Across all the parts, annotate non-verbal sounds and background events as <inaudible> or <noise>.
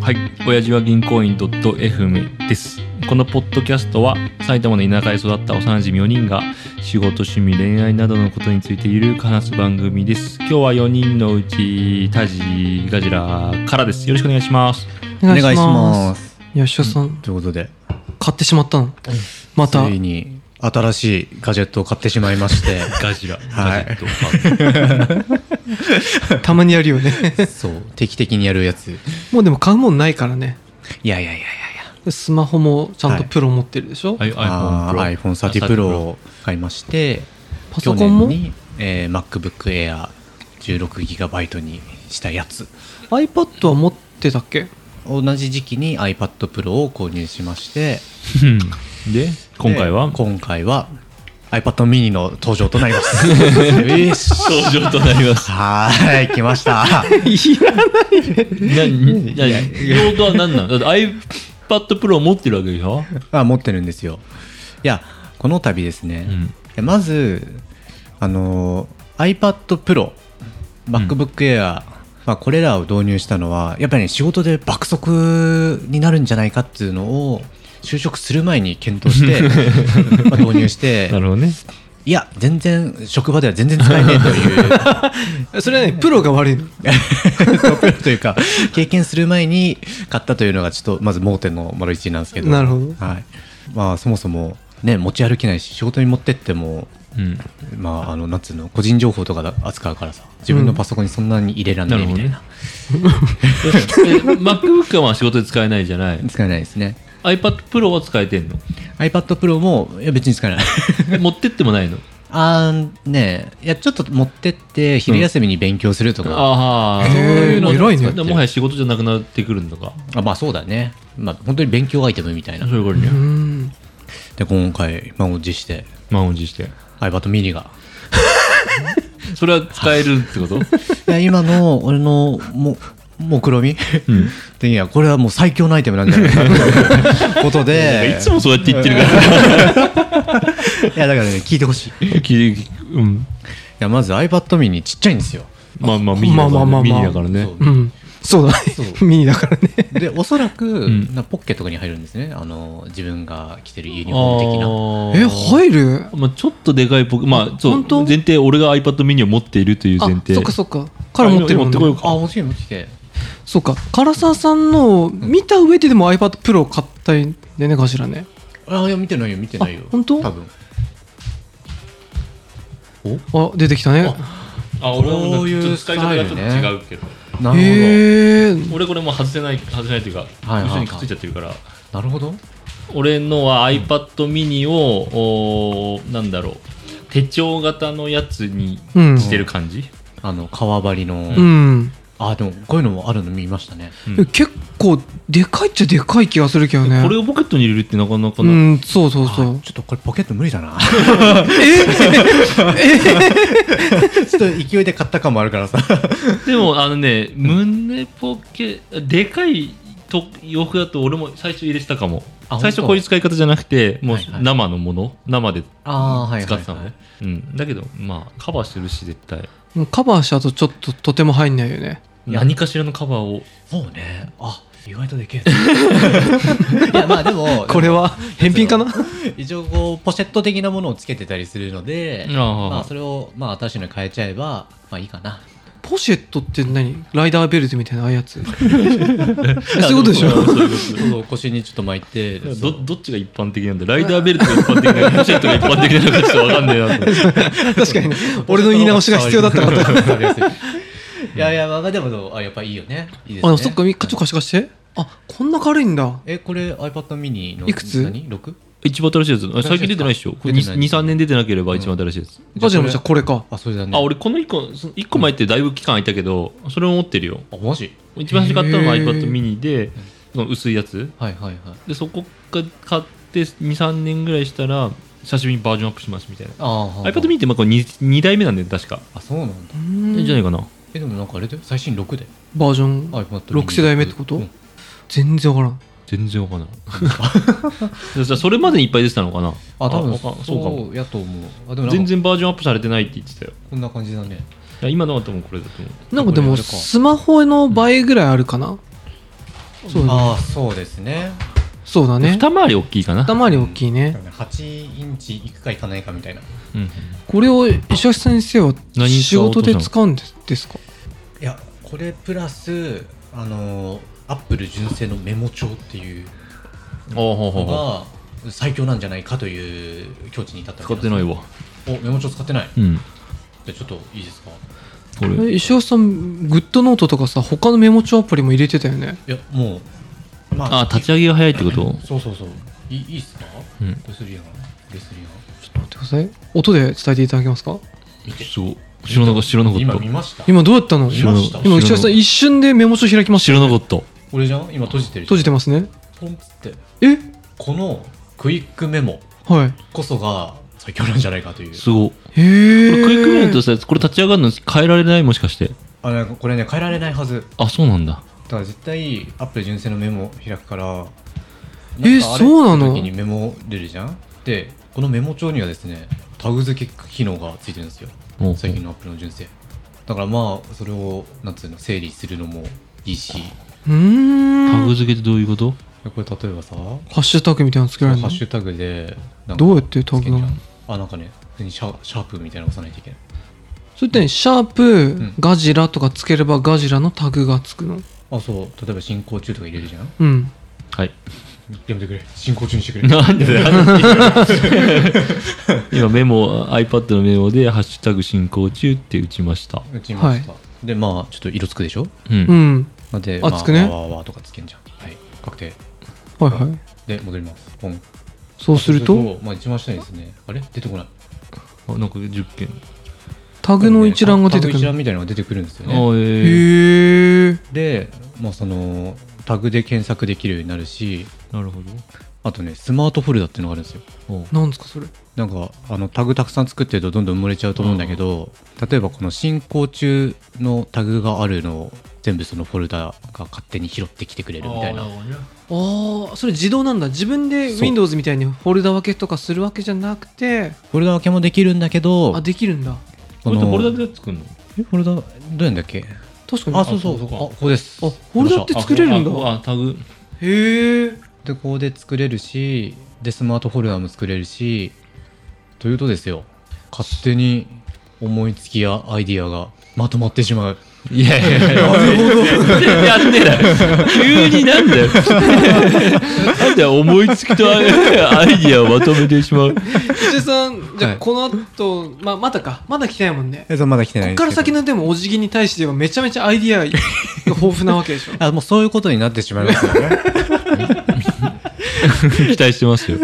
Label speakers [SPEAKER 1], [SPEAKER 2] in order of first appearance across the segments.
[SPEAKER 1] はい、親父は銀行員 .fm です。このポッドキャストは埼玉の田舎で育った幼馴染4人が仕事、趣味、恋愛などのことについてゆるく話す番組です。今日は4人のうち、タジ、ガジラからです。よろしくお願いします。
[SPEAKER 2] お願いしますす吉田さん
[SPEAKER 3] ということで
[SPEAKER 2] 買ってしまったのまた
[SPEAKER 3] ついに新しいガジェットを買ってしまいまして
[SPEAKER 1] ガジラ、
[SPEAKER 3] はい
[SPEAKER 1] ガジェット。
[SPEAKER 2] たまにやるよね
[SPEAKER 3] そう定期的にやるやつい
[SPEAKER 2] もうでも買うもんないからね
[SPEAKER 3] やいやいやいやいや
[SPEAKER 2] スマホもちゃんと
[SPEAKER 3] はい
[SPEAKER 2] プロ持ってるでしょ、
[SPEAKER 1] はい、
[SPEAKER 3] あ
[SPEAKER 1] iPhone
[SPEAKER 3] ー
[SPEAKER 1] Pro。
[SPEAKER 3] iPhone30 Pro を買いまして
[SPEAKER 2] パソコンも
[SPEAKER 3] 去年に、えー MacBook Air16GB にしたやつ
[SPEAKER 2] iPad は持ってたっけ
[SPEAKER 3] 同じ時期に iPad Pro を購入しまして
[SPEAKER 1] うんで、今回は
[SPEAKER 3] で今回は iPad mini の登場となりますよし
[SPEAKER 1] 登場となります。
[SPEAKER 3] はーい来ました
[SPEAKER 1] <laughs> な、な、用途は何なのだって iPad Pro 持ってるわけでしょ
[SPEAKER 3] あ持ってるんですよいやこの度ですね
[SPEAKER 1] う、ん。
[SPEAKER 3] まずあの iPadProMacBook Air、まあ、これらを導入したのはやっぱり、ね、仕事で爆速になるんじゃないかっていうのを就職する前に検討して
[SPEAKER 1] <laughs>
[SPEAKER 3] まあ導入して
[SPEAKER 1] なるほどね。
[SPEAKER 3] いや全然職場では全然使えねえと
[SPEAKER 1] <laughs>
[SPEAKER 3] いう
[SPEAKER 2] それはねプロが悪いの
[SPEAKER 3] トップというか経験する前に買ったというのがちょっとまず盲点の丸一なんですけど
[SPEAKER 2] なるほど
[SPEAKER 3] はいまあ、そもそも、ね、持ち歩けないし仕事に持ってっても、
[SPEAKER 1] うん。
[SPEAKER 3] まあ、あのなんつうの個人情報とかだ扱うからさ自分のパソコンにそんなに入れらん
[SPEAKER 1] な
[SPEAKER 3] な
[SPEAKER 1] る
[SPEAKER 3] い
[SPEAKER 1] ほ
[SPEAKER 3] み
[SPEAKER 1] ど
[SPEAKER 3] たい
[SPEAKER 1] ね
[SPEAKER 3] な、。
[SPEAKER 1] ええ MacBook はまあ仕事で使えないじゃない。
[SPEAKER 3] 使えないですね
[SPEAKER 1] iPad Pro は使えてんの
[SPEAKER 3] iPadPro もいや別に使え <laughs> ない
[SPEAKER 1] 持ってってもないの
[SPEAKER 3] あーねえいやちょっと持ってって昼休みに勉強するとか、
[SPEAKER 1] ああ、
[SPEAKER 2] へー
[SPEAKER 1] そういうの
[SPEAKER 2] 偉いね
[SPEAKER 1] でもはや仕事じゃなくなってくるのか。
[SPEAKER 3] あまあそうだねまあ本当に勉強アイテムみたいな
[SPEAKER 1] そういうこと
[SPEAKER 2] う
[SPEAKER 1] ね。
[SPEAKER 2] ん
[SPEAKER 3] で今回満を持して
[SPEAKER 1] 満を持して。
[SPEAKER 3] iPad mini が
[SPEAKER 1] それは使えるってこと
[SPEAKER 3] いや今の俺のも目論み
[SPEAKER 1] うん。
[SPEAKER 3] でいやこれはもう最強のアイテムなんじゃないかということで
[SPEAKER 1] いつもそうやって言ってるから。
[SPEAKER 3] いやだからね聞いてほしいい
[SPEAKER 1] うん。
[SPEAKER 3] やまず iPad mini ちっちゃいんですよ
[SPEAKER 1] まあまあ、ミニだ
[SPEAKER 2] ま
[SPEAKER 1] か
[SPEAKER 2] あまあま
[SPEAKER 1] らね。
[SPEAKER 2] あまあ
[SPEAKER 1] ミニだからね。
[SPEAKER 3] そう
[SPEAKER 2] うんそうだねミニだからね
[SPEAKER 3] でおそらく、
[SPEAKER 1] ん
[SPEAKER 3] なポッケとかに入るんですねあの自分が着てるユニ
[SPEAKER 1] え
[SPEAKER 3] フォーム的
[SPEAKER 2] え
[SPEAKER 3] な
[SPEAKER 2] 入る
[SPEAKER 1] まあ、ちょっとでかいポケ、まあ、そう
[SPEAKER 2] 本、当
[SPEAKER 1] 前提、俺が iPad mini を持っているという
[SPEAKER 2] あ
[SPEAKER 1] 前提。
[SPEAKER 2] そっかそっかから持ってるも
[SPEAKER 1] 持
[SPEAKER 2] ん
[SPEAKER 1] ってこよう
[SPEAKER 2] ね
[SPEAKER 1] か
[SPEAKER 3] あもちろん持ってきて
[SPEAKER 2] そうか唐沢さんのを見た上ででも iPad プロ買ったんだよねかしらね
[SPEAKER 3] あいや見てないよ見てないよ
[SPEAKER 2] あ本当
[SPEAKER 3] 多分
[SPEAKER 2] あ出てきたね
[SPEAKER 1] あ、俺は
[SPEAKER 3] こういう
[SPEAKER 1] ちょっと使い方がちょっと
[SPEAKER 3] スタイルね
[SPEAKER 1] 違うけど。
[SPEAKER 3] なる
[SPEAKER 2] へえ
[SPEAKER 1] 俺これもう外せない、外せないというか、
[SPEAKER 3] はいはい
[SPEAKER 1] 後ろにくっついちゃってるから。
[SPEAKER 3] ほどなるほど
[SPEAKER 1] 俺のは iPad mini を、おーなんだろう手帳型のやつに
[SPEAKER 2] うん
[SPEAKER 1] してる感じ、
[SPEAKER 3] あの革張りの、
[SPEAKER 2] うん
[SPEAKER 3] あでもこういうのもあるの見ましたね
[SPEAKER 1] うん
[SPEAKER 2] 結構でかいっちゃでかい気がするけどね
[SPEAKER 1] これをポケットに入れるってなかなか
[SPEAKER 2] う
[SPEAKER 1] な、
[SPEAKER 2] んそうそうそ
[SPEAKER 3] あ
[SPEAKER 2] う
[SPEAKER 3] ちょっとこれポケット無理だな <laughs>
[SPEAKER 2] え
[SPEAKER 3] ちょっと勢いで買った感もあるからさ
[SPEAKER 1] でもあのね胸ポケでかいと洋服だと俺も最初入れてたかも
[SPEAKER 3] あ
[SPEAKER 1] 最初
[SPEAKER 3] 本当
[SPEAKER 1] こういう使い方じゃなくてもう
[SPEAKER 3] はいはい
[SPEAKER 1] 生のもの、生で
[SPEAKER 3] ああはい
[SPEAKER 1] 使ってたのね、うん、だけどまあカバーしてるし絶対
[SPEAKER 2] <laughs> カバーした後ちょっととても入んないよね
[SPEAKER 3] いや
[SPEAKER 1] 何かしらのカバーを
[SPEAKER 3] そうねあ意外とできる <laughs> いやまあでも
[SPEAKER 2] <laughs> これは返品かな
[SPEAKER 3] <laughs> 一応こうポシェット的なものをつけてたりするので
[SPEAKER 1] あー
[SPEAKER 3] まあ、それをまあ新しいのに変えちゃえばまあいいかな
[SPEAKER 2] ポシェットって何ライダーベルトみたいなああいうやつそういうことでしょ
[SPEAKER 1] そういうこと
[SPEAKER 3] そう腰にちょっと巻い
[SPEAKER 2] <laughs>
[SPEAKER 3] て
[SPEAKER 1] どどっちが一般的なんだライダーベルトが一般的なのかポシェットが一般的なのかちょっとわかんないなと
[SPEAKER 2] <laughs> 確かにね俺の言い直しが必要だった
[SPEAKER 3] <laughs>
[SPEAKER 2] かとあ
[SPEAKER 3] といやいやまあでもあやっぱいいよねいいですね
[SPEAKER 2] そっかみちょっと貸し貸してあこんな軽いんだ
[SPEAKER 3] えこれ iPad mini の
[SPEAKER 2] いくつ
[SPEAKER 3] 何 6?
[SPEAKER 1] <laughs> 一番新しいやつあ最近出てないっしょ
[SPEAKER 3] 出てない
[SPEAKER 1] 23年出てなければ一番新しいやつ、
[SPEAKER 2] ガジラもじゃあこれか
[SPEAKER 3] あそれだね
[SPEAKER 1] あ俺この1個その一個前ってだいぶ期間空いたけどそれも持ってるよ
[SPEAKER 3] あマジ
[SPEAKER 1] 一番初め買ったのが
[SPEAKER 2] へー
[SPEAKER 1] iPad mini でその薄いやつ
[SPEAKER 3] はいはいはい
[SPEAKER 1] でそこが買って23年ぐらいしたら久しぶりにバージョンアップしますみたいな
[SPEAKER 3] あー
[SPEAKER 1] iPad mini ってまあこれ 2, 二代目なんだよ確か
[SPEAKER 3] あそうなんだ
[SPEAKER 2] うーん
[SPEAKER 1] じゃないかな
[SPEAKER 3] えでもなんかあれだよ最新6で
[SPEAKER 2] バージョン
[SPEAKER 3] iPad mini
[SPEAKER 2] 6世代目ってこと
[SPEAKER 3] うん
[SPEAKER 2] 全然わからん
[SPEAKER 1] 全然わかんない <laughs> でじゃあそれまでにいっぱい出てたのかな
[SPEAKER 3] あ多分
[SPEAKER 1] わかんそうかも
[SPEAKER 3] そうやと思うあでもな
[SPEAKER 1] 全
[SPEAKER 3] んか
[SPEAKER 1] 然バージョンアップされてないって言ってたよ
[SPEAKER 3] こんな感じだね
[SPEAKER 1] いや今のは多分これだと思う
[SPEAKER 2] なんかで
[SPEAKER 3] これ
[SPEAKER 2] も
[SPEAKER 3] あれか
[SPEAKER 2] スマホの倍ぐらいあるかなそうだね
[SPEAKER 3] ああそうですね
[SPEAKER 2] そうだね
[SPEAKER 1] 二回り大きいかな。
[SPEAKER 2] 二回り大きいね
[SPEAKER 3] 8インチいくかいかないかみたいな
[SPEAKER 1] うん
[SPEAKER 2] これを石橋先生は
[SPEAKER 1] 何に
[SPEAKER 2] 仕
[SPEAKER 1] 使おうと
[SPEAKER 2] 事
[SPEAKER 1] した
[SPEAKER 2] で
[SPEAKER 1] の
[SPEAKER 2] 使うんですですか
[SPEAKER 3] いやこれプラスあのアップル純正のメモ帳っていう
[SPEAKER 1] おおほうほう
[SPEAKER 3] の
[SPEAKER 1] ほ
[SPEAKER 3] が最強なんじゃないかという境地に至っ
[SPEAKER 1] う。
[SPEAKER 3] たわ
[SPEAKER 1] 使
[SPEAKER 3] け
[SPEAKER 1] ってない
[SPEAKER 3] わ
[SPEAKER 1] わ。
[SPEAKER 3] おメモ帳使ってない
[SPEAKER 1] うん。
[SPEAKER 3] じゃあちょっといいですか
[SPEAKER 1] これ。
[SPEAKER 2] え石橋さんグッドノートとかさ他のメモ帳アプリも入れてたよね
[SPEAKER 3] いやもうま
[SPEAKER 1] あ、立ち上げが早いってこと
[SPEAKER 3] そうそうそういいいっすか
[SPEAKER 1] うん
[SPEAKER 3] レスリアンレスリア
[SPEAKER 2] ちょっと待ってください音で伝えていただけますか
[SPEAKER 1] そう。知らなかった、知らなか
[SPEAKER 3] ン今
[SPEAKER 1] っ
[SPEAKER 3] 見ました
[SPEAKER 2] 今どうやったの
[SPEAKER 3] 見ま
[SPEAKER 2] 今
[SPEAKER 3] した
[SPEAKER 2] 石橋さん一瞬でメモ帳開きま
[SPEAKER 1] た。
[SPEAKER 2] した
[SPEAKER 1] 知
[SPEAKER 2] よ
[SPEAKER 1] ら
[SPEAKER 2] ね
[SPEAKER 1] なかった。
[SPEAKER 3] これじゃん今閉じてる
[SPEAKER 2] 閉じてますね
[SPEAKER 3] ポンっつって
[SPEAKER 2] え
[SPEAKER 3] このクイックメモ
[SPEAKER 2] はい
[SPEAKER 3] こそが最強なんじゃないかという
[SPEAKER 1] すごい。こ
[SPEAKER 2] へえ
[SPEAKER 1] れクイックメントさ、これ立ち上がるの変えられないもしかして。
[SPEAKER 3] あなんかこれね変えられないはず
[SPEAKER 1] あ、そうなんだ。
[SPEAKER 3] だから絶対アップル純正のメモ開くから
[SPEAKER 2] えー
[SPEAKER 3] なんかあれ
[SPEAKER 2] そうなの
[SPEAKER 3] 時にメモ出るじゃんでこのメモ帳にはですねタグ付け機能がついてるんですよ
[SPEAKER 1] おう
[SPEAKER 3] 最近のアップルの純正だからまあそれをなんつうの整理するのもいいし
[SPEAKER 2] うーん
[SPEAKER 1] タグ付けってどういうこと
[SPEAKER 3] これ例えばさハ
[SPEAKER 2] ハッシュタグみたいなのつけられる
[SPEAKER 3] ッ
[SPEAKER 2] の
[SPEAKER 3] シュタグでなんか
[SPEAKER 2] どうやってタグが
[SPEAKER 3] つけんじゃんあなんかね普通にシャシャープみたいなの押さないといけない
[SPEAKER 2] それってねシャープ
[SPEAKER 3] ん
[SPEAKER 2] ガジラとかつければガジラのタグがつくの
[SPEAKER 3] あそう例えば進行中とか入れるじゃん
[SPEAKER 2] うん
[SPEAKER 1] はい。
[SPEAKER 3] やめてくれ進行中にしてくれ
[SPEAKER 1] なんでだよなんで <laughs> 今メモ、iPad のメモで、ハッシュタグ進行中って打ちました。
[SPEAKER 3] 打ちました、でまあちょっと色つくでしょ
[SPEAKER 1] うん。
[SPEAKER 2] うん
[SPEAKER 3] なんで
[SPEAKER 2] あ
[SPEAKER 3] ま
[SPEAKER 2] つくね
[SPEAKER 3] わーわーわーとかつけんじゃんはい確定
[SPEAKER 2] はいはい
[SPEAKER 3] で戻りますポン
[SPEAKER 2] そうすると
[SPEAKER 3] まあ一番下にですねあれ出てこない
[SPEAKER 1] あなんか10件。
[SPEAKER 2] タグの一覧が出てく
[SPEAKER 3] タグ一
[SPEAKER 2] る
[SPEAKER 3] 覧みたいなのが出てくるんですよ
[SPEAKER 1] あ
[SPEAKER 3] ね
[SPEAKER 1] ーえー
[SPEAKER 2] へえ
[SPEAKER 3] でまあそのタグで検索できるようになるし
[SPEAKER 1] なるほど。
[SPEAKER 3] あとねスマートフォルダっていうのがあるんですよ
[SPEAKER 1] おう
[SPEAKER 2] なんですかそれ
[SPEAKER 3] なんかあのタグたくさん作ってるとどんどん埋もれちゃうと思うんだけど、例えばこの進行中のタグがあるのを全部そのフォルダが勝手に拾ってきてくれるみたい
[SPEAKER 2] あ
[SPEAKER 3] な
[SPEAKER 2] あそれ自動なんだ自分で
[SPEAKER 3] そう
[SPEAKER 2] Windows みたいにフォルダ分けとかするわけじゃなくて
[SPEAKER 3] フォルダ分けもできるんだけど
[SPEAKER 2] あできるんだ
[SPEAKER 1] こ
[SPEAKER 3] こ
[SPEAKER 1] れっ
[SPEAKER 3] の
[SPEAKER 1] てこれだけで作るの
[SPEAKER 3] えフォルダどうやんだっけ
[SPEAKER 2] 確かに
[SPEAKER 3] あそうそう
[SPEAKER 1] あそうか
[SPEAKER 3] あここです
[SPEAKER 2] あフォルダって作れるんだ
[SPEAKER 1] あ、あタグ。
[SPEAKER 2] へえ
[SPEAKER 3] でここで作れるしでスマートフォルダも作れるしというとですよ勝手に思いつきやアイディアがまとまってしまう
[SPEAKER 1] いやいやいや、全然 <laughs> やってない。急になんだよ。なんだよ、思いつきとアイディアをまとめてしまう。
[SPEAKER 2] 石井さんじゃ
[SPEAKER 3] は
[SPEAKER 2] あ
[SPEAKER 3] い
[SPEAKER 2] この後、まあまだかまだ来たいもんね
[SPEAKER 3] <laughs> えそうまだ来て
[SPEAKER 2] こっから先のでもお辞儀に対してはめちゃめちゃアイディアが豊富なわけ
[SPEAKER 1] <laughs>
[SPEAKER 2] でしょ
[SPEAKER 3] あもうそういうことになってしまいますよね
[SPEAKER 1] 期待してますよ。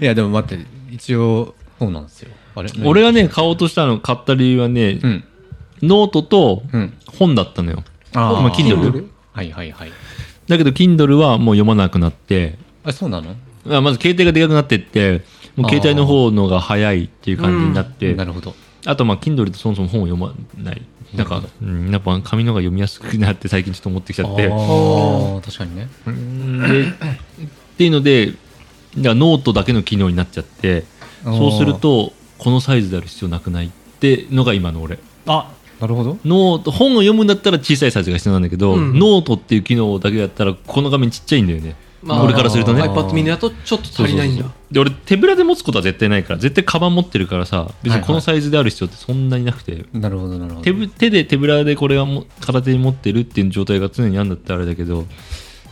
[SPEAKER 3] いやでも待って一応そうなんですよあれ
[SPEAKER 1] 俺
[SPEAKER 3] は
[SPEAKER 1] がね、買おうとしたの、買った理由はね
[SPEAKER 3] う、ん
[SPEAKER 1] ノートと
[SPEAKER 3] うん
[SPEAKER 1] 本だったのよ。
[SPEAKER 3] あー
[SPEAKER 1] まあ Kindle
[SPEAKER 3] はいはいはい
[SPEAKER 1] だけど、Kindle はもう読まなくなって、
[SPEAKER 3] あそうなの
[SPEAKER 1] あまず携帯がでかくなってって、もう携帯の方のが早いっていう感じになって、
[SPEAKER 3] なるほど
[SPEAKER 1] あとまあ Kindle とそもそも本を読まない。なんか、うん、やっぱ紙の方が読みやすくなって最近ちょっと思ってきちゃって。
[SPEAKER 3] ああ確かにね
[SPEAKER 1] でっていうのでだからノートだけの機能になっちゃって
[SPEAKER 3] あー
[SPEAKER 1] そうするとこのサイズである必要なくないってのが今の俺
[SPEAKER 3] あなるほど
[SPEAKER 1] ノート本を読むんだったら小さいサイズが必要なんだけど、
[SPEAKER 2] うん
[SPEAKER 1] ノートっていう機能だけだったらこの画面ちっちゃいんだよね俺からするとね
[SPEAKER 2] iPad ミニだとちょっと足りないん
[SPEAKER 1] そうそう
[SPEAKER 2] だ
[SPEAKER 1] そうで俺手ぶらで持つことは絶対ないから絶対カバン持ってるからさ別にこ
[SPEAKER 3] はいは
[SPEAKER 1] の
[SPEAKER 3] い
[SPEAKER 1] サイズである必要ってそんなになくて、
[SPEAKER 3] なるほどなるほど
[SPEAKER 1] 手ぶ手で手ぶらでこれはも片手に持ってるっていう状態が常にあるんだったらあれだけど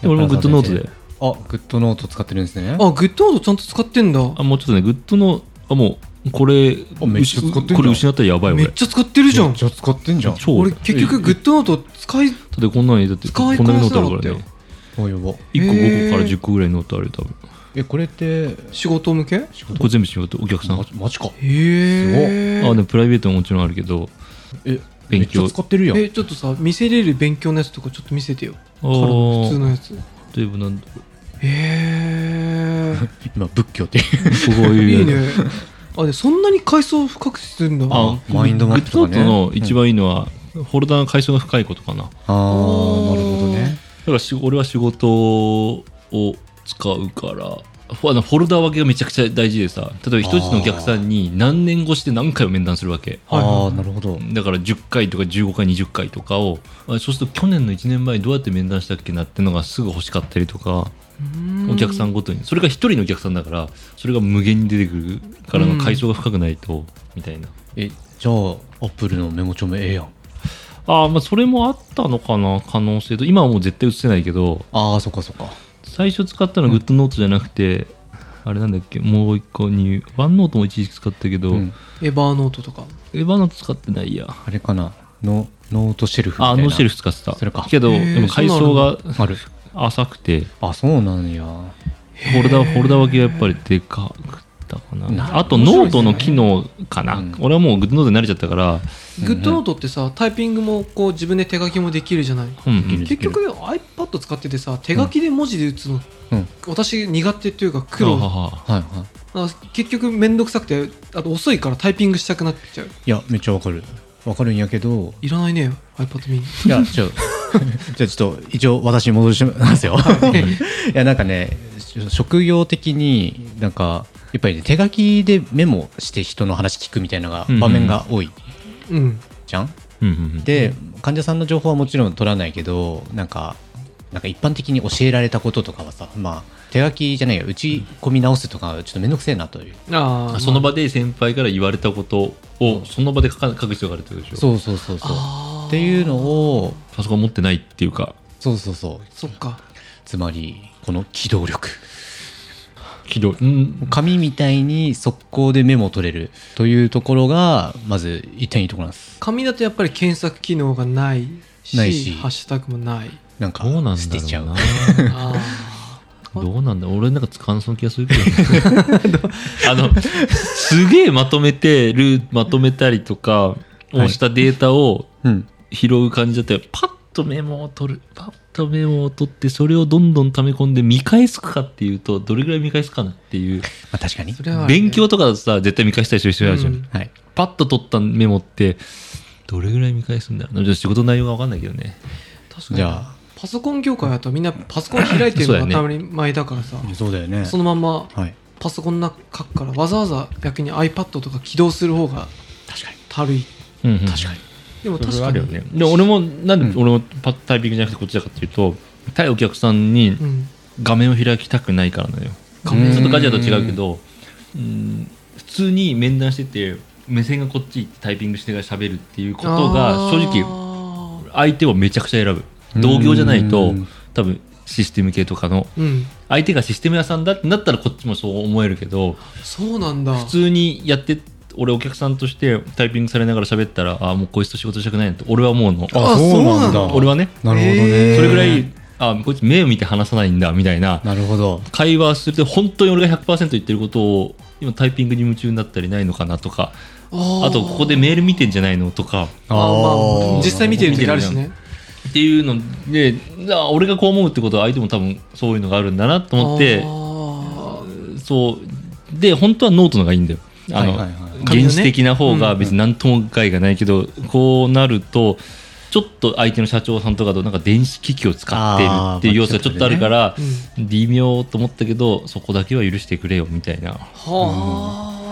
[SPEAKER 1] で俺もグッドノートで
[SPEAKER 3] あグッドノート使ってるんですね
[SPEAKER 2] あグッドノートちゃんと使ってんだ
[SPEAKER 1] あもうちょっとねグッドのあもうこれ
[SPEAKER 3] あめっちゃ使ってんじゃん
[SPEAKER 1] これ失ったらやばい
[SPEAKER 2] め
[SPEAKER 1] 俺
[SPEAKER 2] っちゃ使ってるじゃん
[SPEAKER 3] じゃあ使ってんじゃん
[SPEAKER 1] 超
[SPEAKER 2] 俺結局グ
[SPEAKER 1] ッ
[SPEAKER 2] ッドノート使い
[SPEAKER 1] ドでこんなのにだって
[SPEAKER 2] 使
[SPEAKER 1] こ
[SPEAKER 2] い
[SPEAKER 1] ん
[SPEAKER 2] こ
[SPEAKER 1] な
[SPEAKER 2] な
[SPEAKER 1] にノ
[SPEAKER 2] せ
[SPEAKER 1] ート
[SPEAKER 2] な
[SPEAKER 1] あ
[SPEAKER 2] か
[SPEAKER 1] る
[SPEAKER 2] っ
[SPEAKER 1] か
[SPEAKER 2] た
[SPEAKER 1] ら
[SPEAKER 2] よ
[SPEAKER 1] ね
[SPEAKER 3] あやば
[SPEAKER 1] 1個
[SPEAKER 2] へー
[SPEAKER 1] 5個から10個ぐらいノートあるよ多分
[SPEAKER 3] えこれって
[SPEAKER 2] 仕事向けへ
[SPEAKER 3] 仕
[SPEAKER 1] これ全部仕事お客さんあ
[SPEAKER 3] マジマジか
[SPEAKER 2] え
[SPEAKER 1] でもプライベートももちろんあるけど
[SPEAKER 3] えめ
[SPEAKER 1] 勉
[SPEAKER 3] っち
[SPEAKER 1] 強
[SPEAKER 3] ゃ使ってるやん
[SPEAKER 2] えちょっとさ見せれる勉強のやつとかちょっと見せてよ
[SPEAKER 1] あ
[SPEAKER 2] 彼の普通
[SPEAKER 1] ー
[SPEAKER 2] のやつ
[SPEAKER 1] 例えばなん
[SPEAKER 3] <laughs>
[SPEAKER 1] だろ
[SPEAKER 2] へえ
[SPEAKER 3] 今仏教って
[SPEAKER 1] うすごい
[SPEAKER 2] いいねあでそんなに階層深くするんだ
[SPEAKER 1] あ
[SPEAKER 3] マインドマップとかね
[SPEAKER 1] グッドノートの一番いいのは、フォルダの階層が深いことかなだか
[SPEAKER 3] ああ
[SPEAKER 2] ー
[SPEAKER 3] なるほどね
[SPEAKER 1] らし俺は仕事を使うからフォあのフォルダ分けがめちゃくちゃ大事でさ例えば一つのお客さんに何年越しで何回も面談するわけ
[SPEAKER 2] はいはい
[SPEAKER 3] ああなるほど
[SPEAKER 1] だから10回とか15回20回とかをあそうすると去年の1年前どうやって面談したっけなってのがすぐ欲しかったりとかお客さんごとにそれが一人のお客さんだからそれが無限に出てくるからの階層が深くないとみたいな
[SPEAKER 3] えじゃあアップルのメモ帳もええやん
[SPEAKER 1] ああまあそれもあったのかな可能性と今はもう絶対映せないけど
[SPEAKER 3] ああそっかそっか
[SPEAKER 1] 最初使ったのはグッドノートじゃなくて、あれなんだっけもう一個にワンノートも一時期使ったけど、
[SPEAKER 3] うん
[SPEAKER 2] エバーノートとか
[SPEAKER 1] エヴァノート使ってないや
[SPEAKER 3] あれかなのノートシェルフみたい
[SPEAKER 1] あ
[SPEAKER 3] な
[SPEAKER 1] ノーシェルフ使ってた
[SPEAKER 3] それか
[SPEAKER 1] けど
[SPEAKER 2] へー
[SPEAKER 1] でも階層が
[SPEAKER 3] ある
[SPEAKER 1] 浅くて
[SPEAKER 3] あそうなんや
[SPEAKER 1] フォルダフォルダ分けがやっぱりでかかったかな
[SPEAKER 3] な
[SPEAKER 1] あとノートの機能かな、
[SPEAKER 3] 面白いですねうん
[SPEAKER 1] 俺はもうグッドノートに慣れちゃったから、
[SPEAKER 2] グッドノートってさタイピングもこう自分で手書きもできるじゃない
[SPEAKER 1] うんうん
[SPEAKER 3] できる
[SPEAKER 2] 結局 iPad 使っててさ手書きで文字で打つの、
[SPEAKER 3] うん
[SPEAKER 2] 私苦手というか苦労
[SPEAKER 1] ははは
[SPEAKER 3] はいはい
[SPEAKER 2] あ結局面倒くさくてあと遅いからタイピングしたくなっちゃう
[SPEAKER 3] いやめっちゃわかるわかるんやけど
[SPEAKER 2] いらないね iPad ミニ
[SPEAKER 3] い
[SPEAKER 1] <laughs>
[SPEAKER 3] やちょ <laughs> じゃあちょっと一応私に戻しますよ <laughs> いやなんかねし職業的になんかやっぱりね手書きでメモして人の話聞くみたいなのが
[SPEAKER 1] うんうん
[SPEAKER 3] 場面が多い
[SPEAKER 2] うん
[SPEAKER 3] じゃん、
[SPEAKER 1] うんうんうん
[SPEAKER 3] で患者さんの情報はもちろん取らないけどなんかなんか一般的に教えられたこととかはさまあ手書きじゃないや打ち込み直すとかちょっと面倒くせえなという
[SPEAKER 2] あー
[SPEAKER 1] あその場で先輩から言われたことをその場で書か書く必要があるってことでしょ
[SPEAKER 3] そうそうそうそう
[SPEAKER 2] あー
[SPEAKER 3] っていうのを
[SPEAKER 1] パソコン持ってないっていうか
[SPEAKER 3] そうそうそう
[SPEAKER 2] そっか
[SPEAKER 3] つまりこの機動力
[SPEAKER 1] ひどい、うん、
[SPEAKER 3] 紙みたいに速攻でメモを取れるというところがまず一点いいところなんです
[SPEAKER 2] 紙だとやっぱり検索機能がないし
[SPEAKER 3] ないし
[SPEAKER 2] ハッシュタグもない
[SPEAKER 3] なんか
[SPEAKER 1] どうなんだろうな
[SPEAKER 3] 捨てちゃう
[SPEAKER 2] あ
[SPEAKER 1] どうなんだ俺なんか使わなそうな気がするけどね <laughs> あのすげえまとめてるまとめたりとかをしたデータを
[SPEAKER 3] うん
[SPEAKER 1] 拾う感じだったらパッとメモを取るパッとメモを取ってそれをどんどん溜め込んで見返すかっていうとどれぐらい見返すかなっていう
[SPEAKER 3] まあ確かに
[SPEAKER 2] ーそれはあるね
[SPEAKER 1] 勉強とかだとさ絶対見返したりする人いるじゃん、
[SPEAKER 2] うん
[SPEAKER 3] はい
[SPEAKER 1] パッと取ったメモってどれぐらい見返すんだろうな仕事の内容が分かんないけどね
[SPEAKER 2] 確かに
[SPEAKER 3] じゃ
[SPEAKER 2] パソコン業界だとみんなパソコン開いてるのが当たり前だからさそ,、
[SPEAKER 3] あそうだよね
[SPEAKER 2] のまんま
[SPEAKER 3] はい
[SPEAKER 2] パソコンの中書くからわざわざ逆に iPad とか起動する方が
[SPEAKER 3] 確かに
[SPEAKER 2] たるい
[SPEAKER 1] うんうん
[SPEAKER 3] 確かに
[SPEAKER 2] でも
[SPEAKER 1] そ
[SPEAKER 2] 確
[SPEAKER 1] れは
[SPEAKER 2] か
[SPEAKER 1] あ
[SPEAKER 2] に
[SPEAKER 1] るよねで俺もなんで俺もパッとタイピングじゃなくてこっちだかっていうと対お客さんに
[SPEAKER 2] うん、
[SPEAKER 1] 画面を開きたくないからなのよ
[SPEAKER 2] 画面
[SPEAKER 1] ちょっとガジェット違うけどうん普通に面談してて目線がこっち行ってタイピングしてから喋るっていうことが正直
[SPEAKER 2] 直
[SPEAKER 1] 相手をめちゃくちゃ選ぶ同業じゃないと
[SPEAKER 3] うん
[SPEAKER 1] 多分システム系とかの
[SPEAKER 2] うん
[SPEAKER 1] 相手がシステム屋さんだってなったらこっちもそう思えるけど
[SPEAKER 2] そうなんだ
[SPEAKER 1] 普通にやって俺お客さんとしてタイピングされながら喋ったらああもうこいつと仕事したくないなって俺は思うの
[SPEAKER 2] あそうなんだ
[SPEAKER 1] 俺はね
[SPEAKER 3] なるほど
[SPEAKER 2] へ
[SPEAKER 3] ね
[SPEAKER 2] ー
[SPEAKER 1] それぐらいあこいつ目を見て話さないんだみたいな
[SPEAKER 3] なるほど
[SPEAKER 1] 会話すると本当に俺が100%言ってることを今タイピングに夢中になったりないのかなとか
[SPEAKER 2] あー
[SPEAKER 1] あとここでメール見てんじゃないのとか
[SPEAKER 2] あー、まあ、
[SPEAKER 3] ー
[SPEAKER 2] 実際見てる時あるしね
[SPEAKER 1] っていうのであ俺がこう思うってことは相手も多分そういうのがあるんだなと思って
[SPEAKER 2] あー
[SPEAKER 1] そうで本当はノートのがいいんだよあの、
[SPEAKER 3] はいはいはい
[SPEAKER 2] 紙の
[SPEAKER 1] 原
[SPEAKER 2] ね
[SPEAKER 1] 始的な方が別に何とも害がないけど、こうなるとちょっと相手の社長さんとかとなんか電子機器を使ってるっていう要素がちょっとあるから、
[SPEAKER 2] ーまあちょっとね
[SPEAKER 1] 微妙と思ったけどそこだけは許してくれよみたいな
[SPEAKER 2] は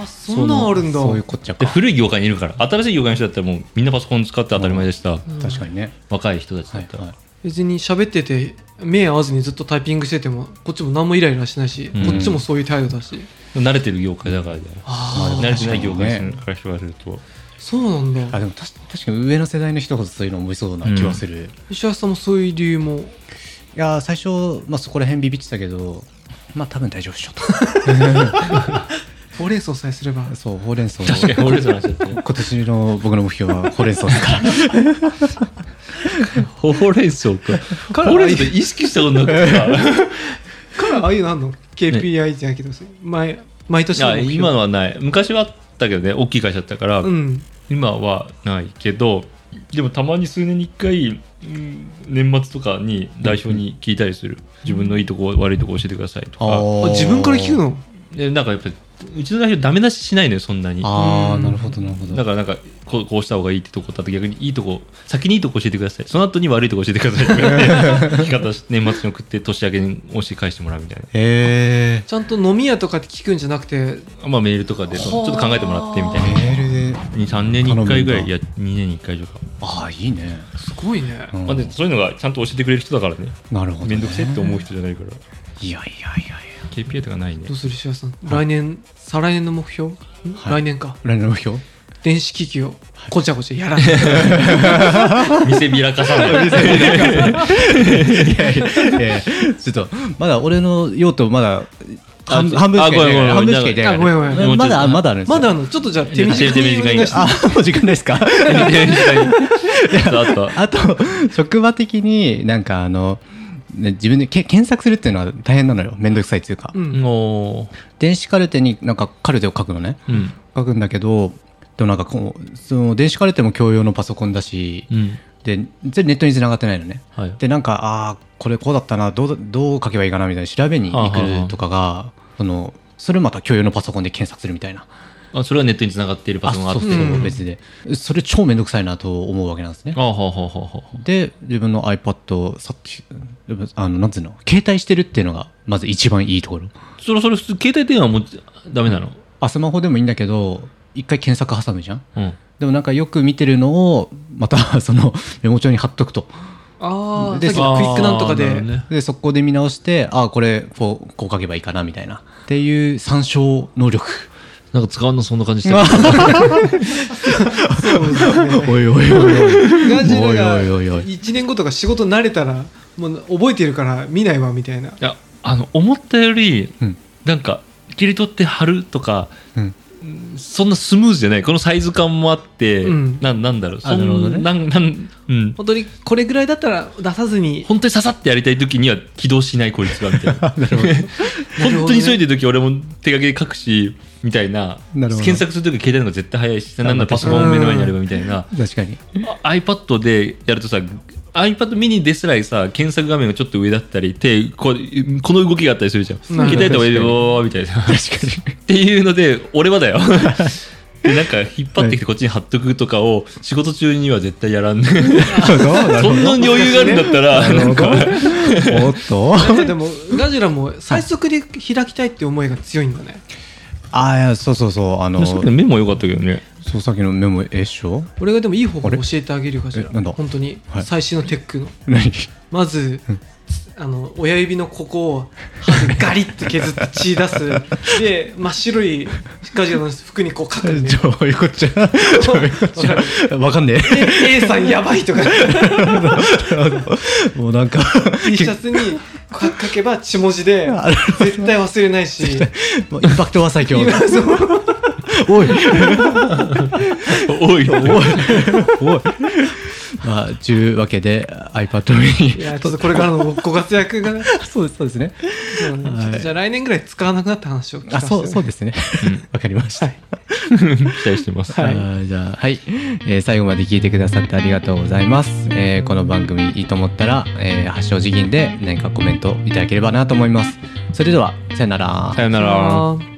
[SPEAKER 2] あそんなんあるんだ
[SPEAKER 3] そういうこっちゃ
[SPEAKER 1] で
[SPEAKER 3] か
[SPEAKER 1] 古い業界にいるから新しい業界の人だったらもうみんなパソコン使って当たり前でした、
[SPEAKER 2] うん
[SPEAKER 3] 確かにね
[SPEAKER 1] 若い人たち
[SPEAKER 3] は
[SPEAKER 1] だっ
[SPEAKER 3] い
[SPEAKER 1] たら、
[SPEAKER 3] はい
[SPEAKER 2] 別に喋ってて目合わずにずっとタイピングしててもこっちも何もイライラしないし、
[SPEAKER 1] うん
[SPEAKER 2] こっちもそういう態度だし
[SPEAKER 1] 慣れてる業界だからじゃない
[SPEAKER 2] あ
[SPEAKER 1] 慣
[SPEAKER 2] あ
[SPEAKER 1] れてない業界から人がすると、
[SPEAKER 2] そうなん
[SPEAKER 3] あ
[SPEAKER 2] だ
[SPEAKER 3] でもたし確かに上の世代の人ほどそういうの思いそうな気はする、
[SPEAKER 2] 石橋さんもそういう理由も
[SPEAKER 3] いやー最初、まあ、そこら辺ビビってたけどまあ多分大丈夫っしょと
[SPEAKER 2] ほうれん草さえすれば
[SPEAKER 3] そうほうれん草
[SPEAKER 1] 確かに俺らの話だと
[SPEAKER 3] 今年の僕の目標はほうれん草ですから
[SPEAKER 1] ほうれん草かほうれん草って意識したことなくてさ
[SPEAKER 2] からああいうのあんの KPI じゃないけど、毎毎年
[SPEAKER 1] い
[SPEAKER 2] の目
[SPEAKER 1] や
[SPEAKER 2] 標
[SPEAKER 1] 今のはない昔はあったけどね大きい会社だったから、
[SPEAKER 2] うん
[SPEAKER 1] 今はないけどでもたまに数年に1回うん年末とかに代表に聞いたりする、自分のいいとこ悪いとこ教えてくださいとか、
[SPEAKER 2] あ自分から聞くの
[SPEAKER 1] でなんかやっぱりうちの代表ダメ出ししないのよそんなにだか
[SPEAKER 3] ああなるほどなるほど
[SPEAKER 1] らなんかこうこうした方がいいってとこだと逆にいいとこ先にいいとこ教えてくださいその後に悪いとこ教えてくださいとか
[SPEAKER 2] <laughs>
[SPEAKER 1] 言って聞き方し年末に送って年明けに押し返してもらうみたいな
[SPEAKER 3] へえ
[SPEAKER 2] ちゃんと飲み屋とかって聞くんじゃなくて
[SPEAKER 1] あまあ、メールとかでそ
[SPEAKER 2] は
[SPEAKER 1] のちょ
[SPEAKER 2] あ
[SPEAKER 1] っと考えてもらってみたいな
[SPEAKER 3] メールで
[SPEAKER 1] 3年に1回ぐら
[SPEAKER 3] 頼むん
[SPEAKER 1] いい
[SPEAKER 3] だ
[SPEAKER 1] や2年に1回とか、
[SPEAKER 3] ああいいね、
[SPEAKER 2] すごいね
[SPEAKER 3] うん
[SPEAKER 1] まあ、でそういうのがちゃんと教えてくれる人だからね
[SPEAKER 3] なるほど、
[SPEAKER 1] 面倒くせえって思う
[SPEAKER 3] 人
[SPEAKER 1] 人じゃないから
[SPEAKER 3] いやいやいやいや
[SPEAKER 1] KPI とかないね
[SPEAKER 2] どうする石橋さん来年再来年の目標ん
[SPEAKER 3] はい
[SPEAKER 2] 来年か
[SPEAKER 3] 来年の目標
[SPEAKER 2] 電子機器をごちゃごちゃやらない <laughs>
[SPEAKER 1] <laughs> 見せびらかさない
[SPEAKER 3] いやい <laughs> やちょっとまだ俺の用途まだ半
[SPEAKER 1] あ
[SPEAKER 3] 半分しかいない
[SPEAKER 1] あごめんご
[SPEAKER 3] 半
[SPEAKER 1] めん
[SPEAKER 3] 分しかいないから
[SPEAKER 2] あごめんごめん
[SPEAKER 1] もうちょっと
[SPEAKER 3] まだまだあるんですよ
[SPEAKER 2] まだあのちょっとじゃあ手短に
[SPEAKER 1] 手短に
[SPEAKER 2] お願いしま
[SPEAKER 3] あもう時間ないですか <laughs>
[SPEAKER 1] <laughs> あったあった
[SPEAKER 3] あと職場的になんかあのね自分でけ検索するっていうのは大変なのよ面倒くさいっていうか、
[SPEAKER 2] すうん
[SPEAKER 1] も
[SPEAKER 3] 電子カルテになんかカルテを書くのね
[SPEAKER 1] ううん
[SPEAKER 3] 書くんだけどでもなんかこうその電子カルテも共用のパソコンだし、
[SPEAKER 1] うん
[SPEAKER 3] で全然ネットに繋がってないのね
[SPEAKER 1] はい
[SPEAKER 3] でなんかああーこれこうだったなどうどう書けばいいかなみたいな調べに行くとかが、そのそれまた共用のパソコンで検索するみたいな
[SPEAKER 1] あそれはネットに繋がっているパソコンがあ
[SPEAKER 3] そ
[SPEAKER 1] っ
[SPEAKER 3] う
[SPEAKER 1] て
[SPEAKER 3] そうそう
[SPEAKER 2] うん
[SPEAKER 3] 別でそれ超めんどくさいなと思うわけなんですね
[SPEAKER 1] あはははは
[SPEAKER 3] で自分の iPad をさっきうんあのなんつうの携帯してるっていうのがまず一番いいところ
[SPEAKER 1] そろそろ普通携帯電話もダメなの
[SPEAKER 3] あスマホでもいいんだけど一回検索挟むじゃん
[SPEAKER 1] うん
[SPEAKER 3] でもなんかよく見てるのをまたそのメモ帳に貼っとくと
[SPEAKER 2] ああさ
[SPEAKER 3] で
[SPEAKER 2] っきのクイックなんとか
[SPEAKER 1] あ
[SPEAKER 2] で
[SPEAKER 1] ーなるほどね
[SPEAKER 3] でそこで見直してあこれこうこう書けばいいかなみたいなっていう参照能 <laughs> 力
[SPEAKER 1] なんか使うのそんな感じしてる
[SPEAKER 3] おいおいおいおい
[SPEAKER 2] ガジラが
[SPEAKER 3] おいおいおいおい
[SPEAKER 2] 1年後とか仕事慣れたらもう覚えてるから見ないわみたいない
[SPEAKER 1] やあの思ったより、
[SPEAKER 3] うん
[SPEAKER 1] なんか切り取って貼るとか
[SPEAKER 3] うん
[SPEAKER 1] そんなスムーズじゃないこのサイズ感もあって、
[SPEAKER 2] うん
[SPEAKER 1] なん、なんだろう
[SPEAKER 3] あなるほどね
[SPEAKER 1] そんなんなん、うん、
[SPEAKER 2] 本当にこれぐらいだったら出さずに
[SPEAKER 1] 本当に刺さってやりたい時には起動しないこいつがみた
[SPEAKER 3] <laughs>
[SPEAKER 1] いな <laughs> 本
[SPEAKER 2] なるほど
[SPEAKER 1] 当
[SPEAKER 2] ね
[SPEAKER 1] に急いでる時俺も手書きで書くしみたいな
[SPEAKER 3] なるほど
[SPEAKER 1] 検索する時は携帯の方が絶対早いし
[SPEAKER 3] あ
[SPEAKER 1] なんだパソコンを目の前にあればみたいな
[SPEAKER 3] 確かに
[SPEAKER 1] あ iPad でやるとさ iPad ミニですらいさ検索画面がちょっと上だったり手こうこの動きがあったりするじゃん
[SPEAKER 2] なるほど
[SPEAKER 1] 携帯とかよーみたいな <laughs> っ
[SPEAKER 3] 確かに
[SPEAKER 1] ていうので俺はだ
[SPEAKER 3] <laughs>
[SPEAKER 1] よでなんか引っ張ってきてこっちに貼っとくとかを仕事中には絶対やらんね
[SPEAKER 3] そうそうなる
[SPEAKER 1] <laughs> そ
[SPEAKER 3] ほど
[SPEAKER 1] んな余裕があるんだったらな
[SPEAKER 3] <laughs> なる
[SPEAKER 1] ん
[SPEAKER 3] ほど
[SPEAKER 1] か
[SPEAKER 3] おっと
[SPEAKER 2] なんかでもガジラも最速で開きたいって思いが強いんだね
[SPEAKER 3] ああいやそうそうそうあの
[SPEAKER 1] さっきのメモ良かったけどね
[SPEAKER 3] そうさっきのメモえっしょ
[SPEAKER 2] 俺がでもいい方法
[SPEAKER 3] あれ
[SPEAKER 2] 教えてあげるよガジラ
[SPEAKER 3] えなんだ
[SPEAKER 2] 本当に
[SPEAKER 3] はい
[SPEAKER 2] 最新のテックの
[SPEAKER 3] 何
[SPEAKER 2] まずあの親指のここを歯でガリッと削って血出すで真っ白いガジラの服にこう書くんで
[SPEAKER 3] <laughs> どういうこっちゃ
[SPEAKER 2] わかる
[SPEAKER 3] <laughs> わかんね
[SPEAKER 2] A さんやばいとか
[SPEAKER 3] <laughs> えもうなんか
[SPEAKER 2] T シャツに書書けば血文字で
[SPEAKER 3] あなる
[SPEAKER 2] 絶対忘れないし
[SPEAKER 3] もうインパクトは最強
[SPEAKER 2] 今そう
[SPEAKER 3] おい
[SPEAKER 1] 多いよ
[SPEAKER 3] おいまあちゅうわけで iPad
[SPEAKER 2] い
[SPEAKER 3] mini
[SPEAKER 2] やちょっとこれからのご活躍がね
[SPEAKER 3] そうですそうですね
[SPEAKER 2] そうね
[SPEAKER 3] はい
[SPEAKER 2] ちょっとじゃあ来年ぐらい使わなくなった話を聞か
[SPEAKER 3] あ
[SPEAKER 2] せて
[SPEAKER 3] そうそうですねわかりまし
[SPEAKER 1] <laughs>
[SPEAKER 3] た
[SPEAKER 1] 期待してます、
[SPEAKER 2] はい
[SPEAKER 3] はい、じゃあ、はい、えー最後まで聞いてくださってありがとうございます。えーこの番組いいと思ったら、えー、発祥辞銀で何かコメントいただければなと思います。それでは、さよなら。
[SPEAKER 1] さよなら
[SPEAKER 2] あー